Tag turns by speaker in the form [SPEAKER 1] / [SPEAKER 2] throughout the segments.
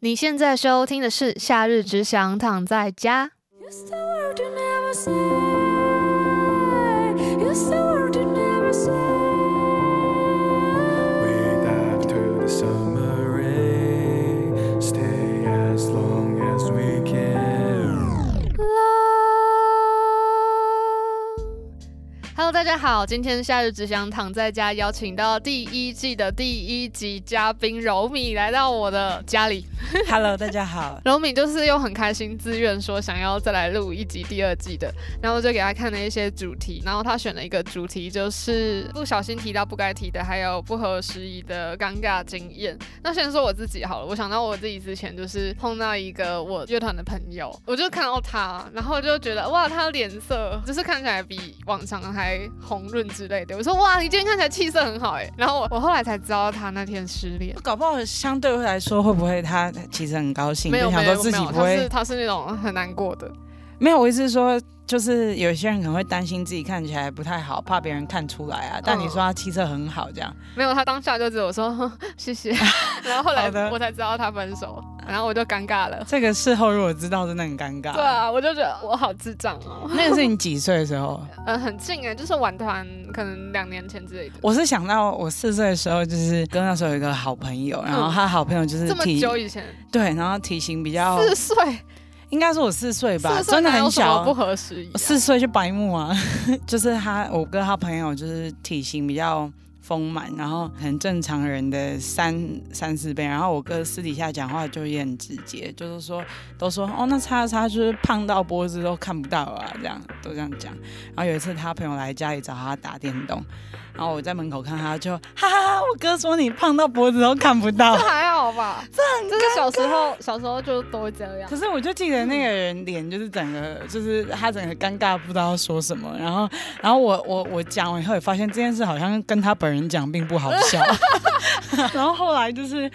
[SPEAKER 1] 你现在收听的是《夏日只想躺在家》。
[SPEAKER 2] It's the word you never say. It's the word you never say.
[SPEAKER 3] We dive to the summer rain, stay as long as we can.
[SPEAKER 1] Hello，大家好，今天《夏日只想躺在家》邀请到第一季的第一集嘉宾柔米来到我的家里。
[SPEAKER 4] Hello，大家好。
[SPEAKER 1] 柔敏就是又很开心，自愿说想要再来录一集第二季的，然后我就给他看了一些主题，然后他选了一个主题就是不小心提到不该提的，还有不合时宜的尴尬经验。那先说我自己好了，我想到我自己之前就是碰到一个我乐团的朋友，我就看到他，然后就觉得哇，他脸色就是看起来比往常还红润之类的。我说哇，你今天看起来气色很好哎、然后我我后来才知道他那天失恋。
[SPEAKER 4] 搞不好相对来说，会不会他其实很高兴，
[SPEAKER 1] 没有
[SPEAKER 4] 就
[SPEAKER 1] 没
[SPEAKER 4] 想
[SPEAKER 1] 有
[SPEAKER 4] 说自
[SPEAKER 1] 没
[SPEAKER 4] 己
[SPEAKER 1] 有，
[SPEAKER 4] 不
[SPEAKER 1] 他
[SPEAKER 4] 会
[SPEAKER 1] 是他是那种很难过的，
[SPEAKER 4] 没有？我意思是说，就是有些人可能会担心自己看起来不太好，怕别人看出来啊。
[SPEAKER 1] 嗯
[SPEAKER 4] 但你说他气色很好，这样
[SPEAKER 1] 没有，他当下就只有说哼谢谢，然后后来
[SPEAKER 4] 好的
[SPEAKER 1] 我才知道他分手，然后我就尴尬了。
[SPEAKER 4] 这个事后如果知道，真的很尴尬。
[SPEAKER 1] 对，啊，我就觉得我好智障哦。
[SPEAKER 4] 那个是你几岁的时候？
[SPEAKER 1] 呃，很近哎、就是玩团可能两年前之类的，
[SPEAKER 4] 我是想到我四岁的时候，就是跟那时候有一个好朋友，然后他好朋友就是
[SPEAKER 1] 嗯这么
[SPEAKER 4] 体
[SPEAKER 1] 久以前，
[SPEAKER 4] 对，然后体型比较，
[SPEAKER 1] 四岁，
[SPEAKER 4] 应该是我四岁吧，
[SPEAKER 1] 四岁
[SPEAKER 4] 真的
[SPEAKER 1] 哪有
[SPEAKER 4] 很
[SPEAKER 1] 什么
[SPEAKER 4] 小，
[SPEAKER 1] 不合时宜、啊。
[SPEAKER 4] 四岁就白目啊， 就是他，我跟他朋友就是体型比较丰满，然后很正常人的三三四倍，然后我哥私底下讲话就也很直接，就是说都说哦那叉叉就是胖到脖子都看不到啊，这样都这样讲。然后有一次他朋友来家里找他打电动，然后我在门口看他就哈哈哈，我哥说你胖到脖子都看不到
[SPEAKER 1] 这。还好 吧？这很就是小时候，小时候就都会这样
[SPEAKER 4] 可。是我就记得那个人脸就是整个，就是他整个尴尬，不知道说什么。然后，然后我我我讲完以后，也发现这件事好像跟他本人讲并不好 笑。然后后来就是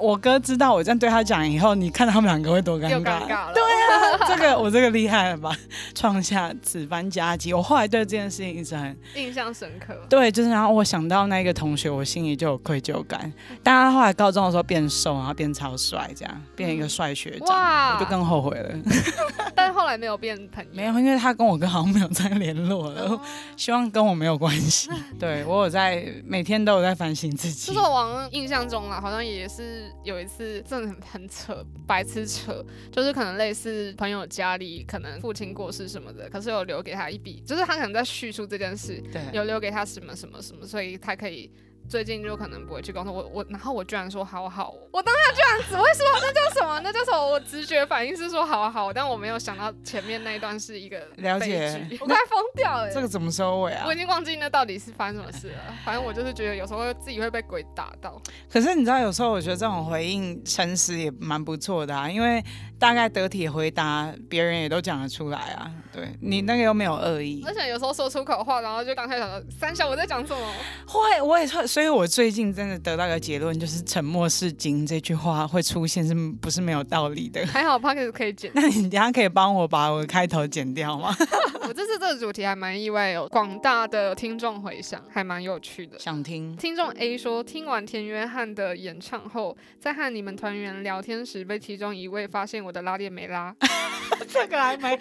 [SPEAKER 4] 我哥知道我这样对他讲以后，你看他们两个会多尴
[SPEAKER 1] 又
[SPEAKER 4] 尬
[SPEAKER 1] 尴。尬了，
[SPEAKER 4] 对啊，这个我这个厉害了吧，创下此番佳绩。我后来对这件事情一直很
[SPEAKER 1] 印象深刻。
[SPEAKER 4] 对，就是然后我想到那个同学，我心里就有愧疚感。但他后来高中的时候变瘦，然后变超帅，这样变一个帅学长，
[SPEAKER 1] 嗯哇
[SPEAKER 4] 我就更后悔了。
[SPEAKER 1] 但后来没有变朋友，
[SPEAKER 4] 没有，因为他跟我哥好像没有再联络了，
[SPEAKER 1] 哦。
[SPEAKER 4] 希望跟我没有关系。对我有在每天都有在反省自
[SPEAKER 1] 就
[SPEAKER 4] 己
[SPEAKER 1] 是。我好像印象中啦，好像也是有一次真的很很扯，白痴扯，就是可能类似朋友家里可能父亲过世什么的，可是有留给他一笔，就是他可能在叙述这件事，
[SPEAKER 4] 对，
[SPEAKER 1] 有留给他什么什么什么，所以他可以。最近就可能不会去工作，我我然后我居然说好好，哦我当下居然只会说那叫什么那叫什么，我直觉反应是说好好，但我没有想到前面那一段是一个
[SPEAKER 4] 了解
[SPEAKER 1] 悲 剧我
[SPEAKER 4] 那
[SPEAKER 1] 快疯掉了、欸
[SPEAKER 4] 这个怎么收尾啊
[SPEAKER 1] 我已？经忘记那到底是发生什么事了，反正我就是觉得有时候自己会被鬼打到。
[SPEAKER 4] 可是你知道，有时候我觉得这种回应诚实也蛮不错的啊，因为大概得体回答，别人也都讲得出来啊。对你那个又没有恶意
[SPEAKER 1] 而，且有时候说出口话，然后就当下想到三小我在讲什么，
[SPEAKER 4] 会我也会，所以我最近真的得到一个结论，就是“沉默是金”这句话会出现，是不是没有道理的？
[SPEAKER 1] 还好 p o c k e t 可以剪。
[SPEAKER 4] 那你等一下可以帮我把我的开头剪掉吗？
[SPEAKER 1] 我这次这个主题还蛮意外，有广大的听众回响，还蛮有趣的。
[SPEAKER 4] 想听。
[SPEAKER 1] 听众 A 说，听完田约翰的演唱后，在和你们团员聊天时，被其中一位发现我的拉链没
[SPEAKER 4] 啊
[SPEAKER 1] 拉，
[SPEAKER 4] 这个还 没，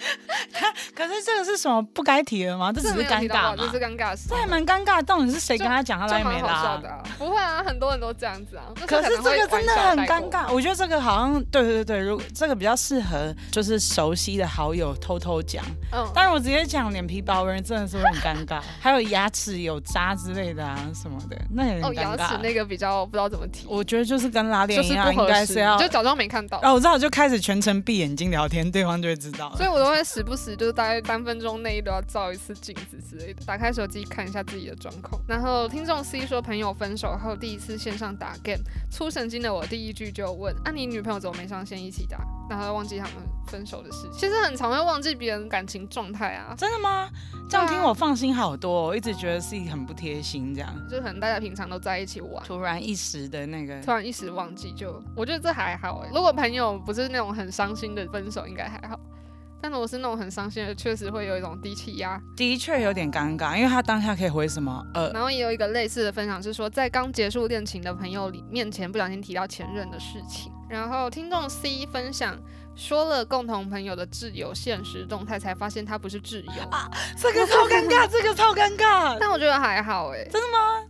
[SPEAKER 4] 可是这个是什么不该提的吗？这只
[SPEAKER 1] 这没
[SPEAKER 4] 是
[SPEAKER 1] 有
[SPEAKER 4] 尴
[SPEAKER 1] 提到
[SPEAKER 4] 尬
[SPEAKER 1] 吧这
[SPEAKER 4] 嘛
[SPEAKER 1] 是。尴尬事
[SPEAKER 4] 这。还蛮尴尬，到底是谁跟他讲，他
[SPEAKER 1] 就
[SPEAKER 4] 来
[SPEAKER 1] 蛮
[SPEAKER 4] 没
[SPEAKER 1] 好笑
[SPEAKER 4] 啦
[SPEAKER 1] 的、？啊，不会啊，很多人都这样子啊。就
[SPEAKER 4] 可是
[SPEAKER 1] 能
[SPEAKER 4] 这
[SPEAKER 1] 会
[SPEAKER 4] 个真的
[SPEAKER 1] 玩笑
[SPEAKER 4] 很
[SPEAKER 1] 带
[SPEAKER 4] 尴
[SPEAKER 1] 过。
[SPEAKER 4] 尬，我觉得这个好像对对对，如这个比较适合就是熟悉的好友偷偷讲，
[SPEAKER 1] 嗯，
[SPEAKER 4] 但是我直接讲脸皮薄的人真的是会很尴尬，还有牙齿有渣之类的啊什么的，那也很
[SPEAKER 1] 哦，
[SPEAKER 4] 尴
[SPEAKER 1] 牙齿
[SPEAKER 4] 尬。
[SPEAKER 1] 那个比较不知道怎么提，
[SPEAKER 4] 我觉得就是跟拉
[SPEAKER 1] 就
[SPEAKER 4] 链一
[SPEAKER 1] 是
[SPEAKER 4] 样，
[SPEAKER 1] 不
[SPEAKER 4] 应
[SPEAKER 1] 合
[SPEAKER 4] 该
[SPEAKER 1] 适，
[SPEAKER 4] 是要
[SPEAKER 1] 就假装没看到。
[SPEAKER 4] 哦，我知道，我就开始全程闭眼睛聊天，对方就会知道了。
[SPEAKER 1] 所以我都会时不时就是大概三分钟内都要照一次镜子之类的，打开手机看一下自己的状况。然后听众 C 说，朋友分手后第一次线上打 game，出神经的我第一句就问：啊，你女朋友怎么没上线一起打？然后忘记他们分手的事情。其实很常会忘记别人感情状态啊，
[SPEAKER 4] 真的吗？这样听我放心好多、哦，我一直觉得自己很不贴心，这样
[SPEAKER 1] 就可能大家平常都在一起玩。
[SPEAKER 4] 突然一时的那个
[SPEAKER 1] 突然一时忘记就，我觉得这还好欸。如果朋友不是那种很伤心的分手，应该还好。但如果是那种很伤心的，确实会有一种低气压，
[SPEAKER 4] 的确有点尴尬，因为他当下可以回什么？呃，
[SPEAKER 1] 然后也有一个类似的分享是说，在刚结束恋情的朋友里面前不小心提到前任的事情，然后听众 C 分享说了共同朋友的挚友现实动态，才发现他不是挚友，
[SPEAKER 4] 这个超尴尬， 这个超尴 尬。
[SPEAKER 1] 但我觉得还好哎、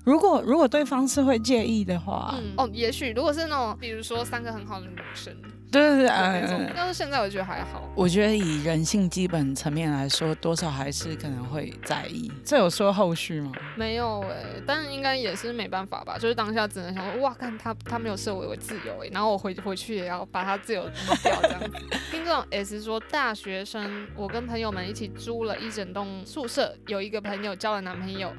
[SPEAKER 4] 如果如果对方是会介意的话，
[SPEAKER 1] 嗯，哦，也许如果是那种，比如说三个很好的女生
[SPEAKER 4] 对对对，
[SPEAKER 1] 那
[SPEAKER 4] 嗯
[SPEAKER 1] 种
[SPEAKER 4] 嗯，嗯
[SPEAKER 1] 但是现在我觉得还好。
[SPEAKER 4] 我觉得以人性基本层面来说，多少还是可能会在意。这有说后续吗？
[SPEAKER 1] 没有哎、但应该也是没办法吧，就是当下只能想说，哇，看他他没有设为为自由哎、然后我回回去也要把他自由掉这样子。听众 S 说，大学生我跟朋友们一起租了一整栋宿舍，有一个朋友交了男朋友。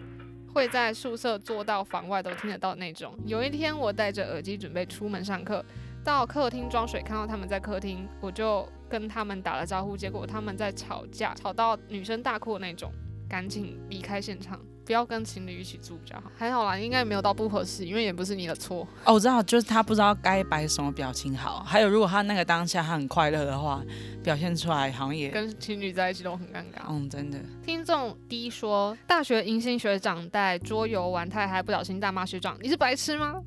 [SPEAKER 1] 会在宿舍坐到房外都听得到那种。有一天，我戴着耳机准备出门上课，到客厅装水，看到他们在客厅，我就跟他们打了招呼，结果他们在吵架，吵到女生大哭的那种。赶紧离开现场，不要跟情侣一起住比较好。还好啦，应该没有到不合适，因为也不是你的错。
[SPEAKER 4] 哦，我知道，就是他不知道该摆什么表情好。还有，如果他那个当下他很快乐的话，表现出来好像也，
[SPEAKER 1] 跟情侣在一起都很尴尬。
[SPEAKER 4] 嗯，真的，
[SPEAKER 1] 听众 D 说，大学迎新学长带桌游玩太嗨，不小心大骂学长，你是白痴吗？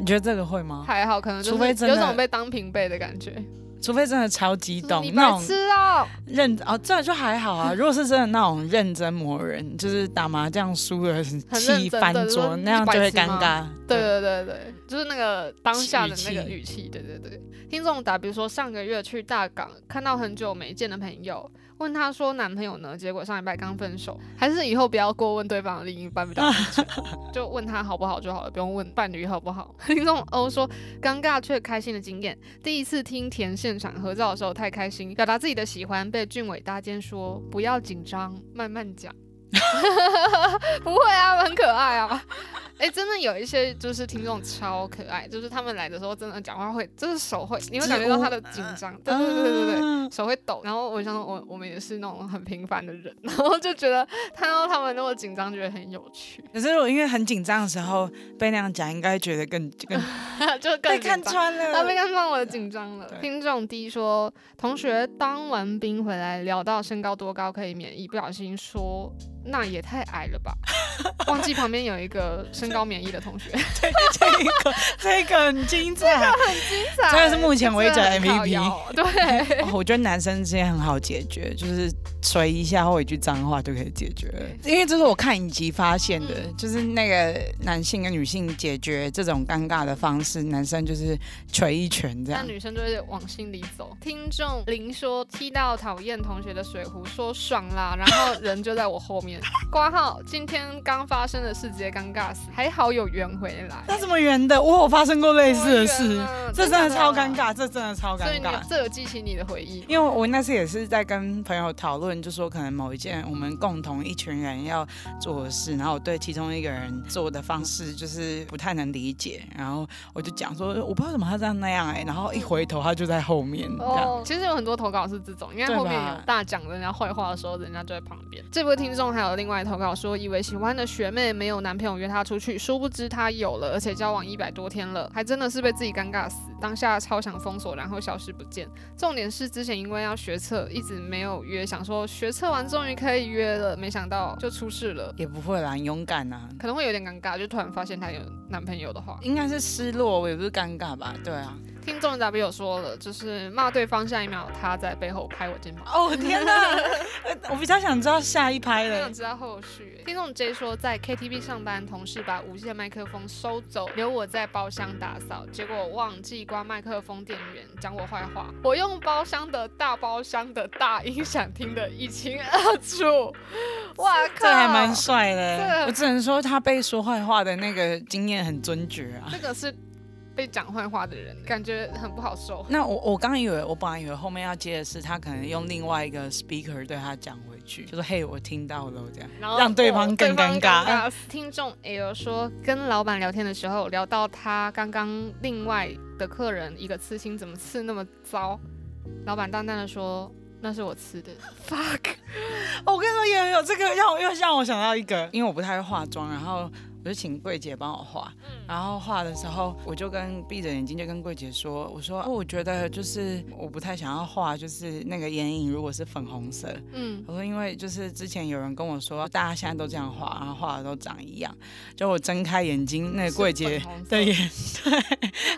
[SPEAKER 4] 你觉得这个会吗？
[SPEAKER 1] 还好，可能就
[SPEAKER 4] 哦除非
[SPEAKER 1] 是
[SPEAKER 4] 真
[SPEAKER 1] 有
[SPEAKER 4] 的
[SPEAKER 1] 种被当平辈的感觉。
[SPEAKER 4] 除非真的超激
[SPEAKER 1] 就是
[SPEAKER 4] 动
[SPEAKER 1] 你，
[SPEAKER 4] 那
[SPEAKER 1] 白
[SPEAKER 4] 种
[SPEAKER 1] 痴哦、
[SPEAKER 4] 认哦，这就还 好啊。如果是真的那种认真磨人，就是打麻将 输了气翻
[SPEAKER 1] 很认真
[SPEAKER 4] 桌，
[SPEAKER 1] 的
[SPEAKER 4] 那样就会
[SPEAKER 1] 一百次
[SPEAKER 4] 尴
[SPEAKER 1] 吗
[SPEAKER 4] 尬。
[SPEAKER 1] 对对对对，就是那个当下的那个
[SPEAKER 4] 语
[SPEAKER 1] 语气，对对对。听众打，比如说上个月去大港，看到很久没见的朋友，问他说男朋友呢？结果上礼拜刚分手，还是以后不要过问对方的另一半比较安全，就问他好不好就好了，不用问伴侣好不好。 听众 O 说，尴尬却开心的经验，第一次听田现场合照的时候太开心，表达自己的喜欢，被俊伟搭肩说不要紧张，慢慢讲。不会啊，很可爱啊。 哎、真的有一些就是听众超可爱，就是他们来的时候真的讲话会，就是手会，你会感觉到他的紧张，对对对对对，
[SPEAKER 4] 对。
[SPEAKER 1] 手会抖。然后我想说我我们也是那种很平凡的人，然后就觉得看到他们那么紧张，觉得很有趣，
[SPEAKER 4] 可是我因为很紧张的时候被那样讲，应该觉得更更
[SPEAKER 1] 就 更
[SPEAKER 4] 被看
[SPEAKER 1] 紧张
[SPEAKER 4] 穿
[SPEAKER 1] 他被
[SPEAKER 4] 了。
[SPEAKER 1] 看穿我的紧张了。
[SPEAKER 4] 对
[SPEAKER 1] 听众 D 说，同学当完兵回来聊到身高多高可以免疫，不小心说那也太矮了吧，忘记旁边有一个身高免疫的同学。
[SPEAKER 4] 这个这个很精彩，
[SPEAKER 1] 真
[SPEAKER 4] 真的是目前为止的
[SPEAKER 1] 真的很靠
[SPEAKER 4] MVP
[SPEAKER 1] 腰对，
[SPEAKER 4] 哦我觉得男生之间很好解决，就是捶一下或一句脏话就可以解决了。因为这是我看影集发现的，
[SPEAKER 1] 嗯
[SPEAKER 4] 就是那个男性跟女性解决这种尴尬的方式，男生就是捶一拳这
[SPEAKER 1] 那
[SPEAKER 4] 样。
[SPEAKER 1] 女生就会往心里走。听众林说踢到讨厌同学的水壶，说爽啦，然后人就在我后面。 挂号，今天刚发生的事直接尴尬死，还好有缘回来。
[SPEAKER 4] 那这么圆的，我有发生过类似哎的
[SPEAKER 1] 多
[SPEAKER 4] 事
[SPEAKER 1] 远，啊
[SPEAKER 4] 这真的超尴。尬，这真的超
[SPEAKER 1] 所以
[SPEAKER 4] 尴
[SPEAKER 1] 你有
[SPEAKER 4] 尬。
[SPEAKER 1] 这有激起你的回忆，
[SPEAKER 4] 因为我那次也是在跟朋友讨论，就说可能某一件我们共同一群人要做的事，然后我对其中一个人做的方式就是不太能理解，然后我就讲说我不知道怎么他这样那样哎、然后一回头他就在后面这样。
[SPEAKER 1] 哦，其实有很多投稿是这种，因为
[SPEAKER 4] 嗯对
[SPEAKER 1] 后面
[SPEAKER 4] 吧
[SPEAKER 1] 有大讲人家坏话的时候，人家就在旁边。这位听众还有另外投稿说，以为喜欢的学妹没有男朋友约她出去，殊不知她有了，而且交
[SPEAKER 4] 嗯
[SPEAKER 1] 往一百多天了，还真的是被自己尴尬死，当下超想封锁，然后消失不见。重点是之前因为要学测，一直没有约，想说学测完终于可以约了，没想到就出事了，
[SPEAKER 4] 也不会啦，很勇敢啊，
[SPEAKER 1] 可能会有点尴尬，就突然发现她有男朋友的话。
[SPEAKER 4] 应该是失落，我也不是尴尬吧？对啊。
[SPEAKER 1] 听众 W 有说了，就是骂对方，下一秒他在背后拍我肩膀。
[SPEAKER 4] 哦天哪， 我比较想知道下一拍
[SPEAKER 1] 我
[SPEAKER 4] 了
[SPEAKER 1] 想。知道后续。听众 J 说，在 KTV 上班，同事把无线麦克风收走，留我在包厢打扫，结果忘记关麦克风电源，讲我坏话。我用包厢的大包厢的大音响听得一清二楚。哇靠！
[SPEAKER 4] 这还蛮帅
[SPEAKER 1] 这个
[SPEAKER 4] 的，我只能说他被说坏话的那个经验很尊爵啊。
[SPEAKER 1] 这个是被讲坏话的人，感觉很不好受。
[SPEAKER 4] 那我我刚以为，我本来以为后面要接的是他可能用另外一个 speaker 对他讲回去，就说嘿，我听到了这样，
[SPEAKER 1] 然后
[SPEAKER 4] 让对
[SPEAKER 1] 我
[SPEAKER 4] 方更尴尬。
[SPEAKER 1] 尬听众 L 说，跟老板聊天的时候聊到他刚刚另外的客人一个刺青怎么刺那么糟，老板淡淡的说那是我刺的。fuck，
[SPEAKER 4] 哦我跟你说，有有有这个让我又让我想到一个，因为我不太会化妆，然后。我就请柜姐帮我画。然后画的时候，我就跟闭着眼睛就跟柜姐说，我说、哦我觉得就是我不太想要画，就是那个眼影如果是粉红色，
[SPEAKER 1] 嗯，
[SPEAKER 4] 我说因为就是之前有人跟我说，大家现在都这样画，然后画的都长一样。就我睁开眼睛， 那个柜姐的眼， 对，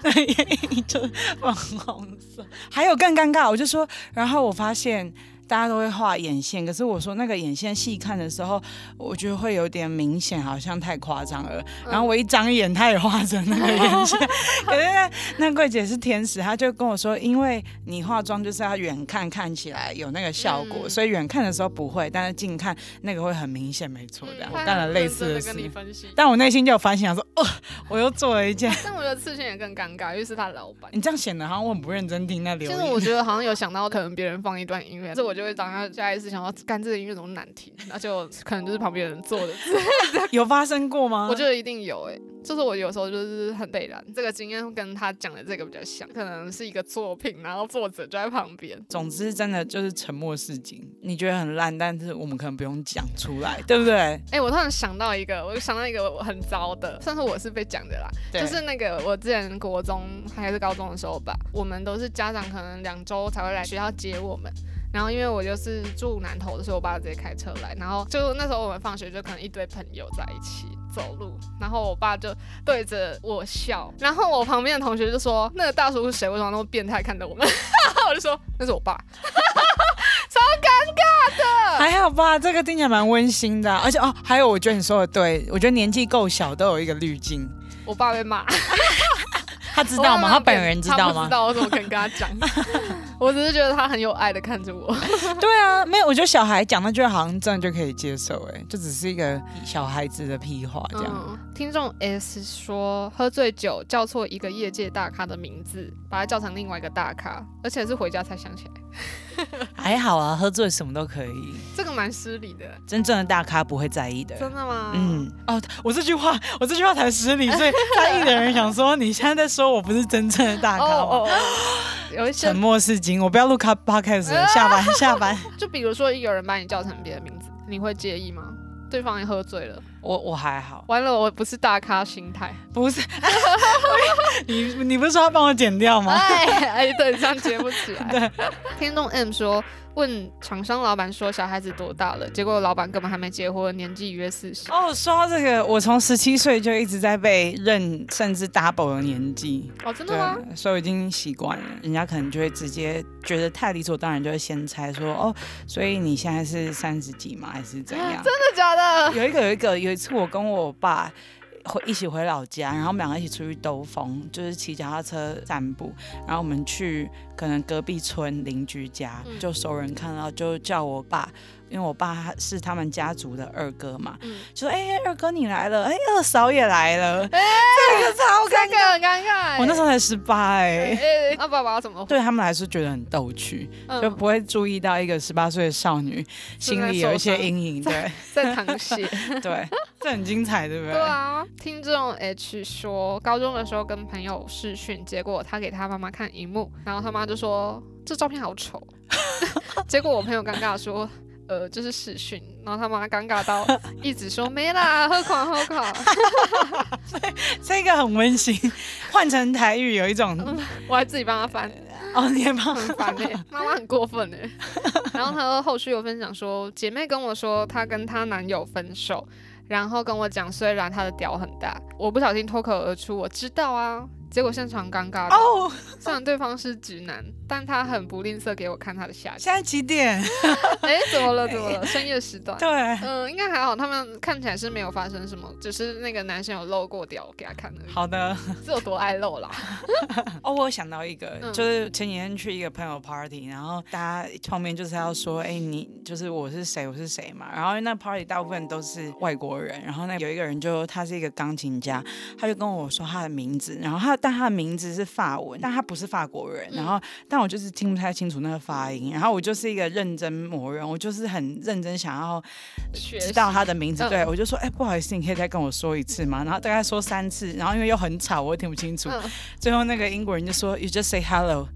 [SPEAKER 4] 那个眼影就是粉红色。还有更尴尬，我就说，然后我发现。大家都会画眼线，可是我说那个眼线细看的时候，我觉得会有点明显，好像太夸张了。然后我一张眼，她也画成那个眼线。可是那那柜姐是天使，她就跟我说，因为你化妆就是要远看看起来有那个效果，
[SPEAKER 1] 嗯
[SPEAKER 4] 所以远看的时候不会，但是近看那个会很明显，没错的。我
[SPEAKER 1] 他
[SPEAKER 4] 干了
[SPEAKER 1] 很
[SPEAKER 4] 类
[SPEAKER 1] 认
[SPEAKER 4] 似
[SPEAKER 1] 真
[SPEAKER 4] 的
[SPEAKER 1] 地跟你
[SPEAKER 4] 事，
[SPEAKER 1] 分析，
[SPEAKER 4] 但我内心就有反省，想说，哦，我又做了一件。
[SPEAKER 1] 但我觉得刺青也更尴尬，因为是他老 板。
[SPEAKER 4] 你这样显得好像我很不认真听那留
[SPEAKER 1] 其
[SPEAKER 4] 言。
[SPEAKER 1] 实我觉得好像有想到，可能别人放一段音乐，这我就会当下下意识想要干这个音乐怎么难听，而且我可能就是旁边人做的，
[SPEAKER 4] 有发生过吗？
[SPEAKER 1] 我觉得一定有诶、欸就是我有时候就是很北然，这个经验跟他讲的这个比较像，可能是一个作品，然后作者就在旁边。
[SPEAKER 4] 总之真的就是沉默是金。你觉得很烂，但是我们可能不用讲出来，对不 对？
[SPEAKER 1] 哎、我突然想到一个，我想到一个我很糟的，算是我是被讲的啦，
[SPEAKER 4] 对
[SPEAKER 1] 就是那个我之前国中还是高中的时候吧，我们都是家长可能两周才会来学校接我们。然后因为我就是住南头的，所以我爸直接开车来。然后就那时候我们放学就可能一堆朋友在一起走路，然后我爸就对着我笑，然后我旁边的同学就说：“那个大叔是谁？为什么那么变态看着我们？” 我就说：“那是我爸。”呃
[SPEAKER 4] 还好吧，这个听起来蛮温馨的啊、而且哦，还有我觉得你说的对，我觉得年纪够小都有一个滤镜，
[SPEAKER 1] 我爸被骂。
[SPEAKER 4] 他知道
[SPEAKER 1] 我
[SPEAKER 4] 吗？他
[SPEAKER 1] 忘了
[SPEAKER 4] 本人知道
[SPEAKER 1] 他不
[SPEAKER 4] 吗
[SPEAKER 1] 知？道，我怎么可能跟他 讲？我只是觉得他很有爱的看着我。
[SPEAKER 4] 对啊，没有，我觉得小孩讲那句话好像真的就可以接受，哎，就只是一个小孩子的屁话这样。
[SPEAKER 1] 嗯、听众 S 说，喝醉酒叫错一个业界大咖的名字，把他叫成另外一个大咖，而且是回家才想起来，嗯
[SPEAKER 4] 还好啊，喝醉什么都可以，
[SPEAKER 1] 这个蛮失礼的。
[SPEAKER 4] 真正的大咖不会在意的。
[SPEAKER 1] 真的吗？
[SPEAKER 4] 嗯，哦，我这句话，我这句话才失礼，所以在意的人想说，你现在在说我不是真正的大
[SPEAKER 1] 哦。
[SPEAKER 4] 咖吗？
[SPEAKER 1] 哦哦，有一些
[SPEAKER 4] 沉，默是金，我不要录卡 podcast
[SPEAKER 1] 啊
[SPEAKER 4] 了，下班下班。
[SPEAKER 1] 就比如说有人把你叫成别的名字，你会介意吗？对方也喝醉了，
[SPEAKER 4] 我我还好，
[SPEAKER 1] 完了，我不是大咖心态。
[SPEAKER 4] 不是， 你你不是说要帮我剪掉吗？
[SPEAKER 1] 哎哎，对，这样接不起 来。听众 M 说，问厂商老板说小孩子多大了，结果老板根本还没结婚，年纪约四十。
[SPEAKER 4] 哦，说到这个，我从十七岁就一直在被认，甚至 double 的年纪，
[SPEAKER 1] 哦，真的
[SPEAKER 4] 对
[SPEAKER 1] 吗？，
[SPEAKER 4] 所以我已经习惯了。人家可能就会直接觉得太理所当然，就会先猜说，哦，所以你现在是三十几吗？还是 怎样？
[SPEAKER 1] 真的假的？
[SPEAKER 4] 有一个有一个有一次我跟我爸。回一起回老家，然后我们两个一起出去兜风，就是骑脚踏车散步。然后我们去可能隔壁村邻居家，
[SPEAKER 1] 嗯
[SPEAKER 4] 就熟人看到就叫我爸，因为我爸是他们家族的二哥嘛，
[SPEAKER 1] 嗯
[SPEAKER 4] 就说：“哎、二哥你来了，哎、二嫂也来了。
[SPEAKER 1] 哎
[SPEAKER 4] 这个超尴
[SPEAKER 1] 这
[SPEAKER 4] 尬，
[SPEAKER 1] 个很尴尬欸。
[SPEAKER 4] 我那时候才十八哎，
[SPEAKER 1] 哎，那爸爸怎么？
[SPEAKER 4] 对他们来说觉得很逗趣，就
[SPEAKER 1] 嗯，
[SPEAKER 4] 不会注意到一个十八岁的少女
[SPEAKER 1] 正
[SPEAKER 4] 心
[SPEAKER 1] 在
[SPEAKER 4] 里有
[SPEAKER 1] 受
[SPEAKER 4] 一些
[SPEAKER 1] 伤
[SPEAKER 4] 阴 影。对
[SPEAKER 1] 在淌血。
[SPEAKER 4] 对，这很精彩，对不对？
[SPEAKER 1] 对啊，听众 H 说，高中的时候跟朋友视讯，结果他给他妈妈看荧幕，然后他妈就说这照片好丑。 结果我朋友尴尬地说，呃，这是视讯，然后他妈尴尬到一直说没啦，喝垮喝垮，
[SPEAKER 4] 这个很温馨， 换成台语有一种
[SPEAKER 1] 我还自己帮他翻，
[SPEAKER 4] 哦，你也帮
[SPEAKER 1] 很烦 哎、妈妈很过分哎、然后她后续有分享说，姐妹跟我说她跟她男友分手，然后跟我讲，虽然她的屌很大，我不小心脱口而出，我知道啊。结果现场尴尬到
[SPEAKER 4] 哦，
[SPEAKER 1] 虽然对方是直男，但他很不吝啬给我看他的下体。
[SPEAKER 4] 现在几点？
[SPEAKER 1] 哎，怎么 了？怎么了？深夜时段。
[SPEAKER 4] 对，
[SPEAKER 1] 嗯，应该还好，他们看起来是没有发生什么，只是那个男生有露过屌给他看而已。
[SPEAKER 4] 好的。
[SPEAKER 1] 是有多爱露 啦？
[SPEAKER 4] 哦，我有想到一个，
[SPEAKER 1] 嗯
[SPEAKER 4] 就是前几天去一个朋友 party，然后大家后面就是要说，哎、你就是我是谁，我是谁嘛。然后那 party 大部分都是外国人，然后那有一个人就他是一个钢琴家，他就跟我说他的名字，然后他但他的名字是法文，但他不是法国人，然后但我就是听不太清楚那个发音，然后我就是一个认真魔人，我就是很认真想要
[SPEAKER 1] 学
[SPEAKER 4] 知
[SPEAKER 1] 习
[SPEAKER 4] 道他的名字，
[SPEAKER 1] 嗯
[SPEAKER 4] 对我就说，哎、不好意思，你可以再跟我说一次吗？然后大概说三次，然后因为又很吵，我也听不清楚，
[SPEAKER 1] 嗯
[SPEAKER 4] 最后那个英国人就说，You just say hello，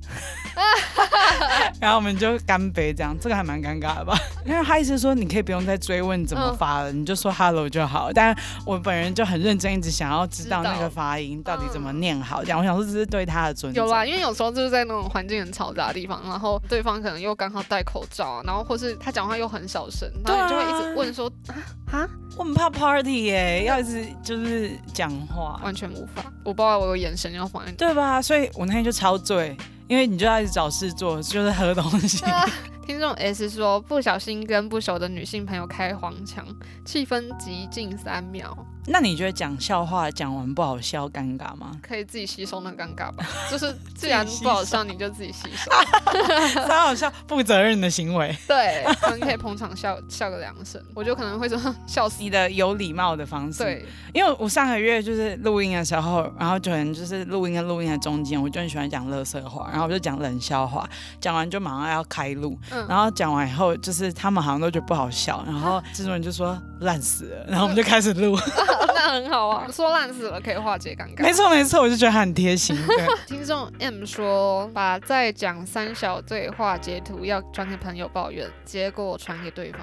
[SPEAKER 4] 然后我们就干杯，这样这个还蛮尴 尬的吧？因为他意思说你可以不用再追问怎么发
[SPEAKER 1] 嗯
[SPEAKER 4] 了，你就说 hello 就好。但我本人就很认真，一直想要知道那
[SPEAKER 1] 知道
[SPEAKER 4] 个发音到底怎么念好，这样我想说这是对他的尊重。
[SPEAKER 1] 嗯有啦，因为有时候就是在那种环境很嘈杂的地方，然后对方可能又刚好戴口罩，啊然后或是他讲话又很小声，然后你就会一直问说啊
[SPEAKER 4] 我很怕 party 耶、要一直就是讲
[SPEAKER 1] 啊，
[SPEAKER 4] 话，
[SPEAKER 1] 完全无法，我不知道我有眼神要放在哪。
[SPEAKER 4] 对吧？所以我那天就超醉，因为你就要一直找事做，就是喝东西。
[SPEAKER 1] 啊 听众 S 说，不小心跟不熟的女性朋友开黄腔，气氛极尽三秒，？
[SPEAKER 4] 那你觉得讲笑话讲完不好笑尴尬吗
[SPEAKER 1] 可以自己吸收那个尴 尬吧。就是既然
[SPEAKER 4] 自己吸
[SPEAKER 1] 不好笑，你就自己吸 收。
[SPEAKER 4] 超好笑，不责任的行为。
[SPEAKER 1] 对，可能可以捧场笑笑个两声，我就可能会说笑死。
[SPEAKER 4] 你的有礼貌的方式，
[SPEAKER 1] 对，
[SPEAKER 4] 因为我上个月就是录音的时候，然后就很就是录音跟录音的中间，我就很喜欢讲乐色话，然后我就讲冷笑话，讲完就马上要开录，
[SPEAKER 1] 嗯
[SPEAKER 4] 然后讲完以后就是他们好像都觉得不好笑，然后制作人就说烂死了，然后我们就开始录，
[SPEAKER 1] 那很好啊， 说烂死了可以化解尴尬。
[SPEAKER 4] 没错没错，我就觉得他很贴心，对，
[SPEAKER 1] 听众 M 说，把在讲三小对话截图要传给朋友抱怨，结果传给 对方，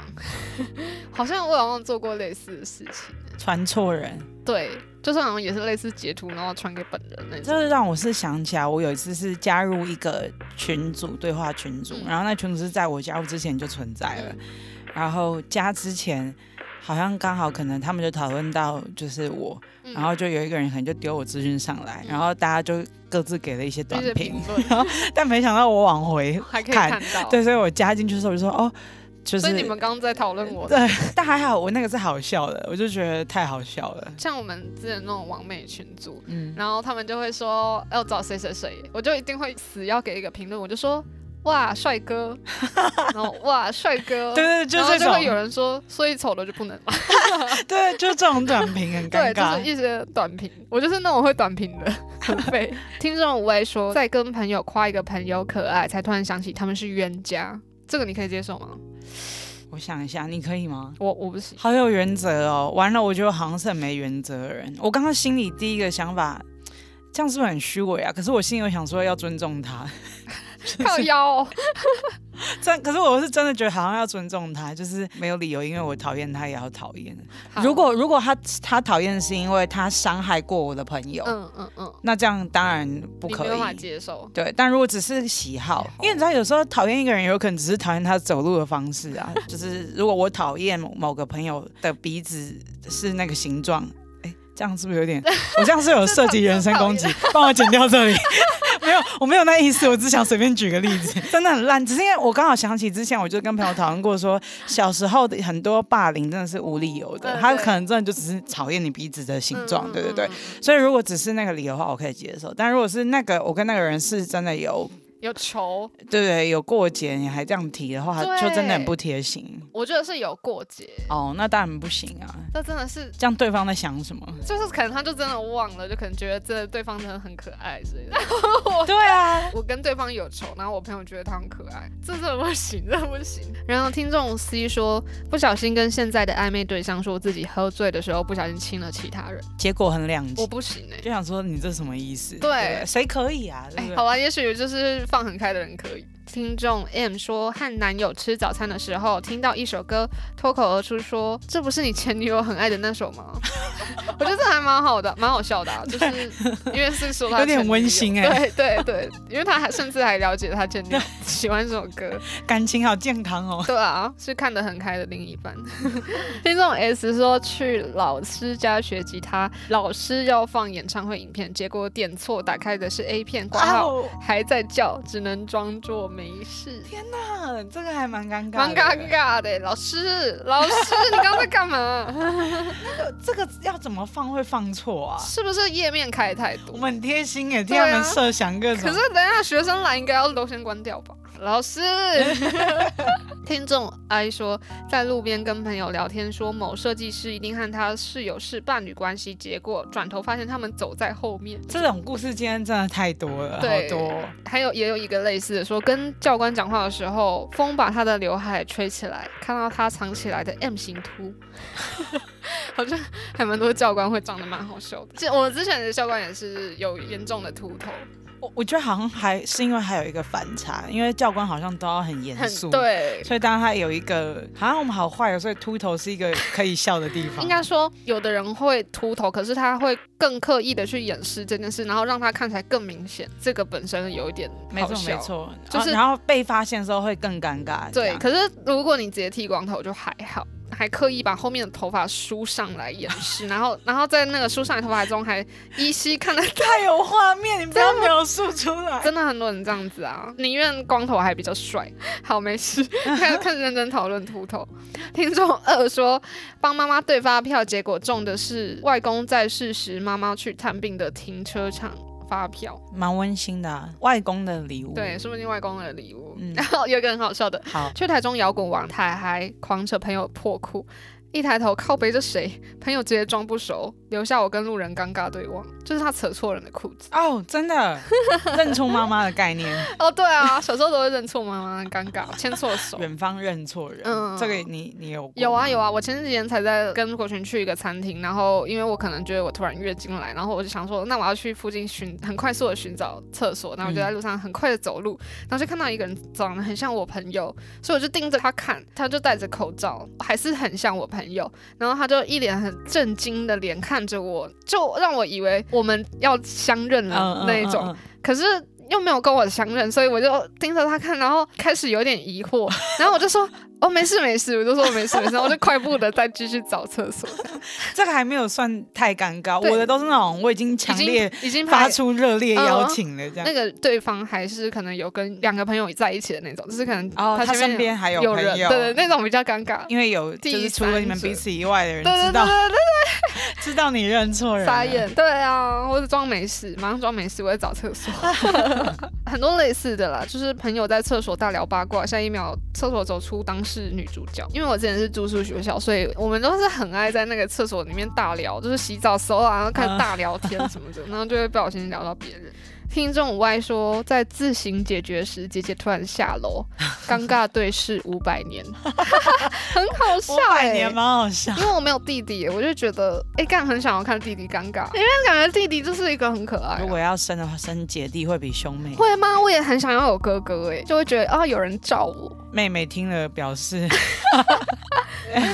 [SPEAKER 1] 好像我好像做过类似的事情。
[SPEAKER 4] 传错人，
[SPEAKER 1] 对，就是好像也是类似截图，然后传给本人那种。
[SPEAKER 4] 这让我是想起来，我有一次是加入一个群组对话群组，
[SPEAKER 1] 嗯
[SPEAKER 4] 然后那群组是在我加入之前就存在了，然后加之前好像刚好可能他们就讨论到就是我，
[SPEAKER 1] 嗯
[SPEAKER 4] 然后就有一个人可能就丢我资讯上来，
[SPEAKER 1] 嗯
[SPEAKER 4] 然后大家就各自给了一些短
[SPEAKER 1] 一些
[SPEAKER 4] 评
[SPEAKER 1] 评，哦论
[SPEAKER 4] 但没想到我往回，
[SPEAKER 1] 还可以看 到。
[SPEAKER 4] 对，所以我加进去的时候我就说哦，就
[SPEAKER 1] 所以你
[SPEAKER 4] 是
[SPEAKER 1] 们刚刚在讨论我。
[SPEAKER 4] 对， 但还好我那个是好笑的，我就觉得太好笑了，
[SPEAKER 1] 像我们之前那种网美群组，
[SPEAKER 4] 嗯。
[SPEAKER 1] 然后他们就会说要找谁谁谁，我就一定会死要给一个评论，我就说哇帅 哥，然后哇帅哥，
[SPEAKER 4] 对对，对
[SPEAKER 1] 然
[SPEAKER 4] 就
[SPEAKER 1] 后
[SPEAKER 4] 这
[SPEAKER 1] 就
[SPEAKER 4] 种，
[SPEAKER 1] 会有人说所以丑的就不能嘛，
[SPEAKER 4] 对，就这种短评很 尴
[SPEAKER 1] 对，
[SPEAKER 4] 尬。
[SPEAKER 1] 就是一些短评，我就是那种会短评的， 很废。听众无为说，在跟朋友夸一个朋友可爱，才突然想起他们是冤家，这个你可以接受吗？
[SPEAKER 4] 我想一下，你可以吗？
[SPEAKER 1] 我我不 行，
[SPEAKER 4] 好有原则哦！完了，我觉得我好像是很没原则的人。我刚刚心里第一个想法，这样是不是很虚伪啊？可是我心里有想说要尊重他，
[SPEAKER 1] 靠腰哦、
[SPEAKER 4] 真可是我是真的觉得好像要尊重他，就是没有理由，因为我讨厌他也要讨厌。
[SPEAKER 1] 好
[SPEAKER 4] 如果如果他他讨厌是因为他伤害过我的朋友，
[SPEAKER 1] 嗯嗯嗯，
[SPEAKER 4] 那这样当然不
[SPEAKER 1] 你
[SPEAKER 4] 可
[SPEAKER 1] 没办法
[SPEAKER 4] 以。
[SPEAKER 1] 接受，
[SPEAKER 4] 对，但如果只是喜好，因为你知道，有时候讨厌一个人，有可能只是讨厌他走路的方式 啊。就是如果我讨厌某某个朋友的鼻子是那个形状，哎，这样是不是有 点？我这样是有涉及人身攻击，帮我剪掉这里。 没有，我没有那意思，我只想随便举个例子， 真的很烂。只是因为我刚好想起之前，我就跟朋友讨论过说，小时候的很多霸凌真的是无理由的，
[SPEAKER 1] 嗯
[SPEAKER 4] 他
[SPEAKER 1] 对
[SPEAKER 4] 可能真的就只是讨厌你鼻子的形状，
[SPEAKER 1] 嗯
[SPEAKER 4] 对对对。，
[SPEAKER 1] 嗯嗯
[SPEAKER 4] 所以如果只是那个理由的话，我可以接受。但如果是那个我跟那个人是真的有，
[SPEAKER 1] 嗯有仇，
[SPEAKER 4] 对对，有过节，你还这样提的话，
[SPEAKER 1] 对
[SPEAKER 4] 就真的很不贴心。
[SPEAKER 1] 我觉得是有过节，
[SPEAKER 4] 哦，那当然不行啊！
[SPEAKER 1] 这真的是。
[SPEAKER 4] 这样对方在想什么？
[SPEAKER 1] 就是可能他就真的忘了，就可能觉得真的对方真的很可爱之类的。
[SPEAKER 4] 对啊，
[SPEAKER 1] 我跟对方有仇，然后我朋友觉得他很可爱，这真的不行，这不行。然后听众 C 说，不小心跟现在的暧昧对象说自己喝醉的时候不小心亲了其他人，
[SPEAKER 4] 结果很两
[SPEAKER 1] 我
[SPEAKER 4] 极，
[SPEAKER 1] 不行哎、
[SPEAKER 4] 就想说你这什么意思？
[SPEAKER 1] 对
[SPEAKER 4] 不谁可以啊？对
[SPEAKER 1] 哎好
[SPEAKER 4] 不，对？
[SPEAKER 1] 吧，也许就是放很开的人可以。听众 M 说，和男友吃早餐的时候，听到一首歌，脱口而出说：“这不是你前女友很爱的那首吗？” 我觉得这还蛮好的，蛮好笑 的、啊，就是因为是说他
[SPEAKER 4] 有点
[SPEAKER 1] 前女友
[SPEAKER 4] 温馨哎
[SPEAKER 1] 对对对，因为他还甚至还了解他前女友喜欢这首歌，
[SPEAKER 4] 感情好健康 哦。
[SPEAKER 1] 对啊，是看得很开的另一半。 听众 S 说去老师家学吉他，老师要放演唱会影片，结果点错，打开的是 A 片，挂号、
[SPEAKER 4] 哦，
[SPEAKER 1] 还在叫，只能装作没事。
[SPEAKER 4] 那这个还蛮尴尬的，
[SPEAKER 1] 蛮尴尬的，老师，老师，你刚刚在干嘛？
[SPEAKER 4] 这个要怎么放会放错啊？
[SPEAKER 1] 是不是页面开太多
[SPEAKER 4] 我？们很贴心哎，替
[SPEAKER 1] 对啊
[SPEAKER 4] 他们设想各
[SPEAKER 1] 可
[SPEAKER 4] 种
[SPEAKER 1] 是。等一下学生来，应该要都先关掉吧？ 老师，听众 I 说，在路边跟朋友聊天，说某设计师一定和他室友是伴侣关系，结果转头发现他们走在后面。
[SPEAKER 4] 这种故事今天真的太多了，
[SPEAKER 1] 对
[SPEAKER 4] 好多哦、
[SPEAKER 1] 还有也有一个类似的说，跟教官讲话的时候，风把他的刘海吹起来，看到他藏起来的 M 型秃， 好像还蛮多教官会长得蛮好笑的。这我之前的教官也是有严重的秃头，
[SPEAKER 4] 我我觉得好像还是因为还有一个反差，因为教官好像都要很严
[SPEAKER 1] 很
[SPEAKER 4] 肃，，
[SPEAKER 1] 对。
[SPEAKER 4] 所以当他有一个好像我们好坏哦，所以秃头是一个可以笑的地方。
[SPEAKER 1] 应该说，有的人会秃头，可是他会更刻意的去掩饰这件事，然后让他看起来更明显。这个本身有一点
[SPEAKER 4] 没
[SPEAKER 1] 好
[SPEAKER 4] 错
[SPEAKER 1] 笑
[SPEAKER 4] 没，错，
[SPEAKER 1] 就是
[SPEAKER 4] 啊然后被发现的时候会更尴尬。这
[SPEAKER 1] 对。
[SPEAKER 4] 样
[SPEAKER 1] 可是如果你直接剃光头就还好，还刻意把后面的头发梳上来掩饰，然后然后在那个梳上来头发中还依稀看得到，
[SPEAKER 4] 太有画面，你不要描述出来。
[SPEAKER 1] 真的很多人这样子啊，宁愿光头还比较帅。 好，没事，看看认真讨论秃头。 听众二说，帮妈妈对发票，结果中的是外公在世时妈妈去探病的停车场发票，
[SPEAKER 4] 蛮温馨的、啊，外公的礼物。
[SPEAKER 1] 对，，说不定外公的礼物。
[SPEAKER 4] 嗯
[SPEAKER 1] 然后有一个很好笑的，
[SPEAKER 4] 好，
[SPEAKER 1] 去台中摇滚玩，台还狂扯朋友破裤，一抬头靠背着谁，朋友直接装不熟，留下我跟路人尴尬对望，就是他扯错人的裤子。
[SPEAKER 4] 哦，真的认错妈妈的概念，
[SPEAKER 1] 哦，对啊， 小时候都会认错妈妈，尴尬，牵错手。
[SPEAKER 4] 远方认错人，
[SPEAKER 1] 嗯
[SPEAKER 4] 这个你你有过
[SPEAKER 1] 有啊有
[SPEAKER 4] 啊，
[SPEAKER 1] 啊，我前几天才在跟国群去一个餐厅，然后因为我可能觉得我突然月经来，然后我就想说，那我要去附近寻，很快速的寻找厕所，然后我就在路上很快的走路，然后就看到一个人长得很像我朋友，所以我就盯着他看，他就戴着口罩，还是很像我朋友，然后他就一脸很震惊的脸看着我，就让我以为我们要相认了那一种，
[SPEAKER 4] 嗯嗯
[SPEAKER 1] 可是又没有跟我相认，所以我就盯着他看，然后开始有点疑 惑，然后我就说。哦，没事没事，我就说没事没事，然后我就快步的再继续找厕所，
[SPEAKER 4] 这个还没有算太尴尬，
[SPEAKER 1] 对
[SPEAKER 4] 我的都是那种我已
[SPEAKER 1] 已
[SPEAKER 4] 经 强
[SPEAKER 1] 经
[SPEAKER 4] 烈
[SPEAKER 1] 已经嗯
[SPEAKER 4] 发
[SPEAKER 1] 拍
[SPEAKER 4] 出热烈邀请了，这样。
[SPEAKER 1] 那个对方还是可能有跟两个朋友在一起的那种，就是可能
[SPEAKER 4] 哦，他
[SPEAKER 1] 前
[SPEAKER 4] 身边还有朋
[SPEAKER 1] 人，
[SPEAKER 4] 友，
[SPEAKER 1] 对对，那种比较尴尬，
[SPEAKER 4] 因为有就
[SPEAKER 1] 第
[SPEAKER 4] 是除了你们
[SPEAKER 1] 三者
[SPEAKER 4] 彼此以外的人
[SPEAKER 1] 对对
[SPEAKER 4] 知
[SPEAKER 1] 对
[SPEAKER 4] 道
[SPEAKER 1] 对
[SPEAKER 4] 知道你认错
[SPEAKER 1] 对，
[SPEAKER 4] 人欸了，
[SPEAKER 1] 傻眼，对啊，或者装没事，马上装没事，我在找厕所，很多类似的啦，就是朋友在厕所大聊八卦，下一秒厕所走出当是女主角。因为我之前是住宿学校，所以我们都是很爱在那个厕所里面大聊，就是洗澡时候啊，然后开始大聊天什么的，然后就会不小心聊到别人。听众 Y 说，在自行解决时，姐姐突然下楼，尴尬对视五百年， 很好笑
[SPEAKER 4] 五
[SPEAKER 1] 哎、
[SPEAKER 4] 百年蛮好笑。
[SPEAKER 1] 因为我没有弟弟耶，我就觉得哎，干、很想要看弟弟尴尬，因为感觉弟弟就是一个很可爱啊、
[SPEAKER 4] 如果要生的话，生姐弟会比兄妹。
[SPEAKER 1] 会吗？我也很想要有哥哥哎，就会觉得啊、有人照我。
[SPEAKER 4] 妹妹听了表示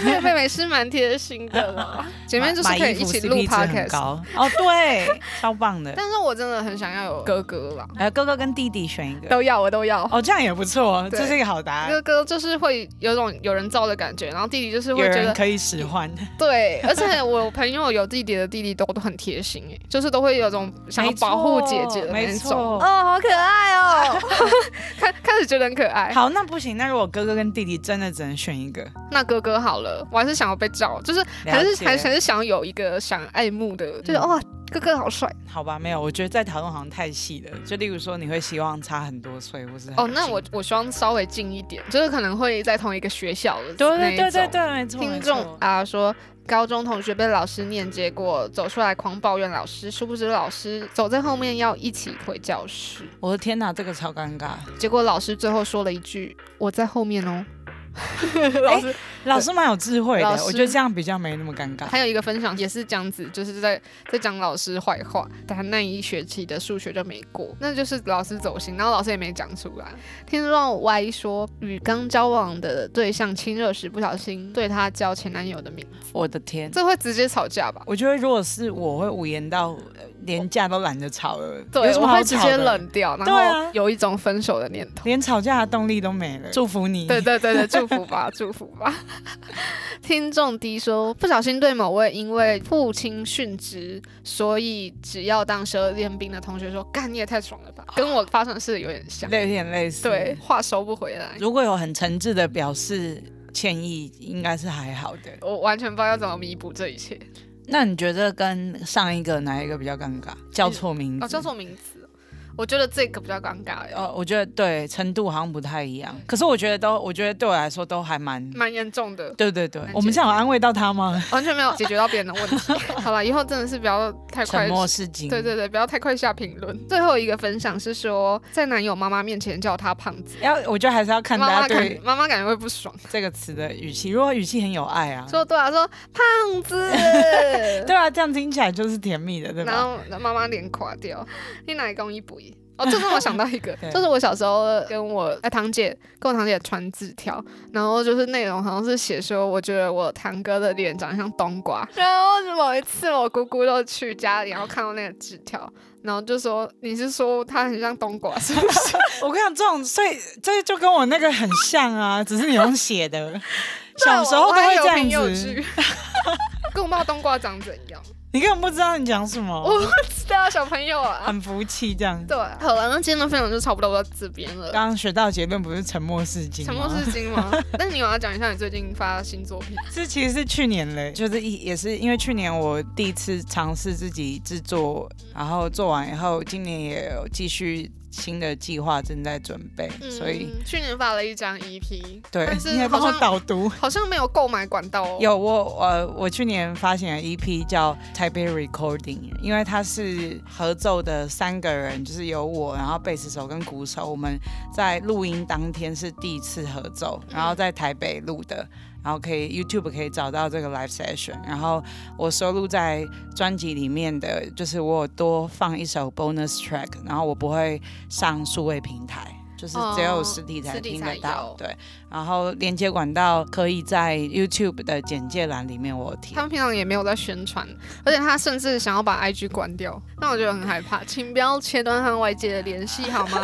[SPEAKER 1] 妹妹妹是蛮贴心的 啦，姐妹就是可
[SPEAKER 4] 买
[SPEAKER 1] 以
[SPEAKER 4] 买
[SPEAKER 1] 一
[SPEAKER 4] 衣服
[SPEAKER 1] 起录
[SPEAKER 4] CP 值很
[SPEAKER 1] podcast。
[SPEAKER 4] 高哦，对，超棒的。
[SPEAKER 1] 但是我真的很想要有哥哥啦，
[SPEAKER 4] 呃，哥哥跟弟弟选一个，
[SPEAKER 1] 都要我都要。
[SPEAKER 4] 哦，这样也不错，
[SPEAKER 1] 对
[SPEAKER 4] 这是一个好答案
[SPEAKER 1] 哥。哥就是会有种有人照的感觉，然后弟弟就是
[SPEAKER 4] 有
[SPEAKER 1] 会觉
[SPEAKER 4] 人
[SPEAKER 1] 得
[SPEAKER 4] 可以使唤，
[SPEAKER 1] 对，而且我朋友有弟弟的弟弟都都很贴心哎，就是都会有种想要
[SPEAKER 4] 没错
[SPEAKER 1] 保护姐姐的那
[SPEAKER 4] 没
[SPEAKER 1] 种。
[SPEAKER 4] 错
[SPEAKER 1] 哦，好可爱哦，开开始觉得很可爱。
[SPEAKER 4] 好，那不行，那如果哥哥跟弟弟真的只能选一个，
[SPEAKER 1] 那哥哥好了，我还是想要被照，就是还
[SPEAKER 4] 了
[SPEAKER 1] 是
[SPEAKER 4] 解
[SPEAKER 1] 还是还是想有一个想爱慕的，就是、
[SPEAKER 4] 嗯
[SPEAKER 1] 哇，哥哥好帅
[SPEAKER 4] 好吧？没有，我觉得在讨论好像太细了。就例如说，你会希望差很多岁，或是很
[SPEAKER 1] 哦。那
[SPEAKER 4] 近
[SPEAKER 1] 我我希望稍微近一点，就是可能会在同一个学校的
[SPEAKER 4] 对
[SPEAKER 1] 那一
[SPEAKER 4] 对对对
[SPEAKER 1] 种。
[SPEAKER 4] 对，没错，
[SPEAKER 1] 听
[SPEAKER 4] 没
[SPEAKER 1] 众
[SPEAKER 4] 错
[SPEAKER 1] 啊说，高中同学被老师念，结果走出来狂抱怨老师，殊不知老师走在后面要一起回教室，
[SPEAKER 4] 我的天哪，这个超尴尬。
[SPEAKER 1] 结果老师最后说了一句：“我在后面哦。”
[SPEAKER 4] 哎
[SPEAKER 1] 老师
[SPEAKER 4] 老师蛮有智慧的
[SPEAKER 1] 老，师
[SPEAKER 4] 我觉得这样比较没那么尴尬。
[SPEAKER 1] 还有一个分享也是这样子，就是在在讲老师坏话，但他那一学期的数学就没过，那就是老师走心，然后老师也没讲出来。听众 Y 说，与刚交往的对象亲热时不小心对他叫前男友的名字，
[SPEAKER 4] 我的天，
[SPEAKER 1] 这会直接吵架吧？
[SPEAKER 4] 我觉得如果是我会无言到呃连架都懒得吵了，有
[SPEAKER 1] 对，
[SPEAKER 4] 什
[SPEAKER 1] 我
[SPEAKER 4] 么好
[SPEAKER 1] 会直
[SPEAKER 4] 吵
[SPEAKER 1] 接
[SPEAKER 4] 的，
[SPEAKER 1] 冷掉，然
[SPEAKER 4] 对啊
[SPEAKER 1] 后有一种分手的念头。
[SPEAKER 4] 连吵架的动力都没了。祝福你，
[SPEAKER 1] 对对对对，祝福吧，祝福吧。 听众 D 说，不小心对某位因为父亲殉职，所以只要当十二练兵的同学说：“干，你也太爽了吧！”跟我发生的事有点像，
[SPEAKER 4] 类有点类似。
[SPEAKER 1] 对，，话收不回来。
[SPEAKER 4] 如果有很诚挚的表示歉意，应该是还好的。
[SPEAKER 1] 我完全不知道要怎么弥补这一切。
[SPEAKER 4] 那你觉得跟上一个哪一个比较尴尬？叫错名字？
[SPEAKER 1] 哦，叫什么名字？我觉得这个比较尴尬欸耶，
[SPEAKER 4] 呃，我觉得对程度好像不太一样，可是我觉得都，我觉得对我来说都还蛮，
[SPEAKER 1] 蛮严重的，
[SPEAKER 4] 对对对
[SPEAKER 1] 蛮，
[SPEAKER 4] 我们
[SPEAKER 1] 解
[SPEAKER 4] 这样有安慰到他吗？
[SPEAKER 1] 完全没有解决到别人的问题。 好了，以后真的是不要太快
[SPEAKER 4] 沉默是金，
[SPEAKER 1] 对对对，不要太快下评论。最后一个分享是说，在男友妈妈面前叫他胖子，
[SPEAKER 4] 要我觉得还是要看
[SPEAKER 1] 妈
[SPEAKER 4] 大
[SPEAKER 1] 妈
[SPEAKER 4] 家
[SPEAKER 1] 感
[SPEAKER 4] 对
[SPEAKER 1] 妈妈感觉会不爽，
[SPEAKER 4] 这个词的语气，如果语气很有爱啊，
[SPEAKER 1] 说对啊，说胖 子，啊
[SPEAKER 4] 对啊，这样听起来就是甜蜜的，对
[SPEAKER 1] 然
[SPEAKER 4] 吧？
[SPEAKER 1] 后妈妈脸垮掉，你哪公一不一？哦，这让我想到一 个
[SPEAKER 4] 对，
[SPEAKER 1] 就是我小时候跟我哎堂姐跟我堂姐传纸条，然后就是内容好像是写说，我觉得我堂哥的脸长得像冬瓜。然后某一次我姑姑就去家里，然后看到那个纸条，然后就说你是说他很像冬瓜是不 是？
[SPEAKER 4] 我跟你讲，这种所以这就跟我那个很像啊，只是你用 写的。小时候都会这
[SPEAKER 1] 对啊 我还有
[SPEAKER 4] 样
[SPEAKER 1] 凭有
[SPEAKER 4] 子，
[SPEAKER 1] 据跟我不知道冬瓜长怎 样，
[SPEAKER 4] 你根本不知道你讲什么，
[SPEAKER 1] 我不知道小朋友啊。
[SPEAKER 4] 很服气这样。
[SPEAKER 1] 对啊，好了，那今天的分享就差不多到这边了。
[SPEAKER 4] 刚刚学到的结论不是沉默是金吗？
[SPEAKER 1] 沉默是金吗？ 但是你有要讲一下你最近发的新作 品？
[SPEAKER 4] 这其实是去年嘞，就是一也是因为去年我第一次尝试自己制作，然后做完以后，今年也有继续新的计划正在准备，所以
[SPEAKER 1] 嗯、去年发了一张 EP，
[SPEAKER 4] 对
[SPEAKER 1] 但，是
[SPEAKER 4] 你还帮
[SPEAKER 1] 好
[SPEAKER 4] 我
[SPEAKER 1] 像
[SPEAKER 4] 导读。
[SPEAKER 1] 好像没有购买管道哦。
[SPEAKER 4] 有我呃，我去年发行了 EP 叫 Taipei Recording，因为它是合奏的三个人，就是有我，然后贝斯手跟鼓手，我们在录音当天是第一次合奏，然后在台北录的，然后可以 YouTube 可以找到这个 live session，然后我收录在专辑里面的，就是我有多放一首 bonus track，然后我不会上数位平台。就是只有
[SPEAKER 1] 哦
[SPEAKER 4] 实体才
[SPEAKER 1] 实体
[SPEAKER 4] 听
[SPEAKER 1] 才
[SPEAKER 4] 得到，
[SPEAKER 1] 有
[SPEAKER 4] 对。然后连接管道可以在 YouTube 的简介栏里面我有贴
[SPEAKER 1] 他。们平常也没有在宣传，而且他甚至想要把 IG 关掉，那我觉得很害怕，请不要切断和外界的联系好 吗？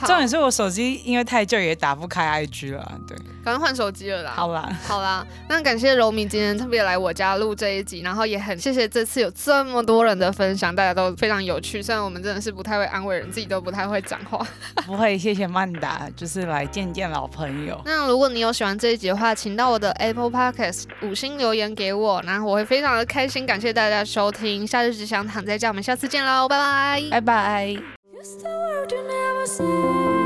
[SPEAKER 1] 好
[SPEAKER 4] 重点是我手机因为太旧也打不开 IG 了，对，
[SPEAKER 1] 赶快换手机了啦。
[SPEAKER 4] 好啦，
[SPEAKER 1] 好啦，那感谢柔米今天特别来我家录这一集，然后也很谢谢这次有这么多人的分享，大家都非常有趣。虽然我们真的是不太会安慰人，自己都不太会讲话。
[SPEAKER 4] 不会，谢谢曼达，就是来见见老朋友，
[SPEAKER 1] 那如果你有喜欢这一集的话，请到我的 Apple Podcast 五星留言给我，然后我会非常的开心。感谢大家收听，夏日只想躺在家，我们下次见喽，拜拜。
[SPEAKER 4] 拜拜。
[SPEAKER 2] Use the word you never said.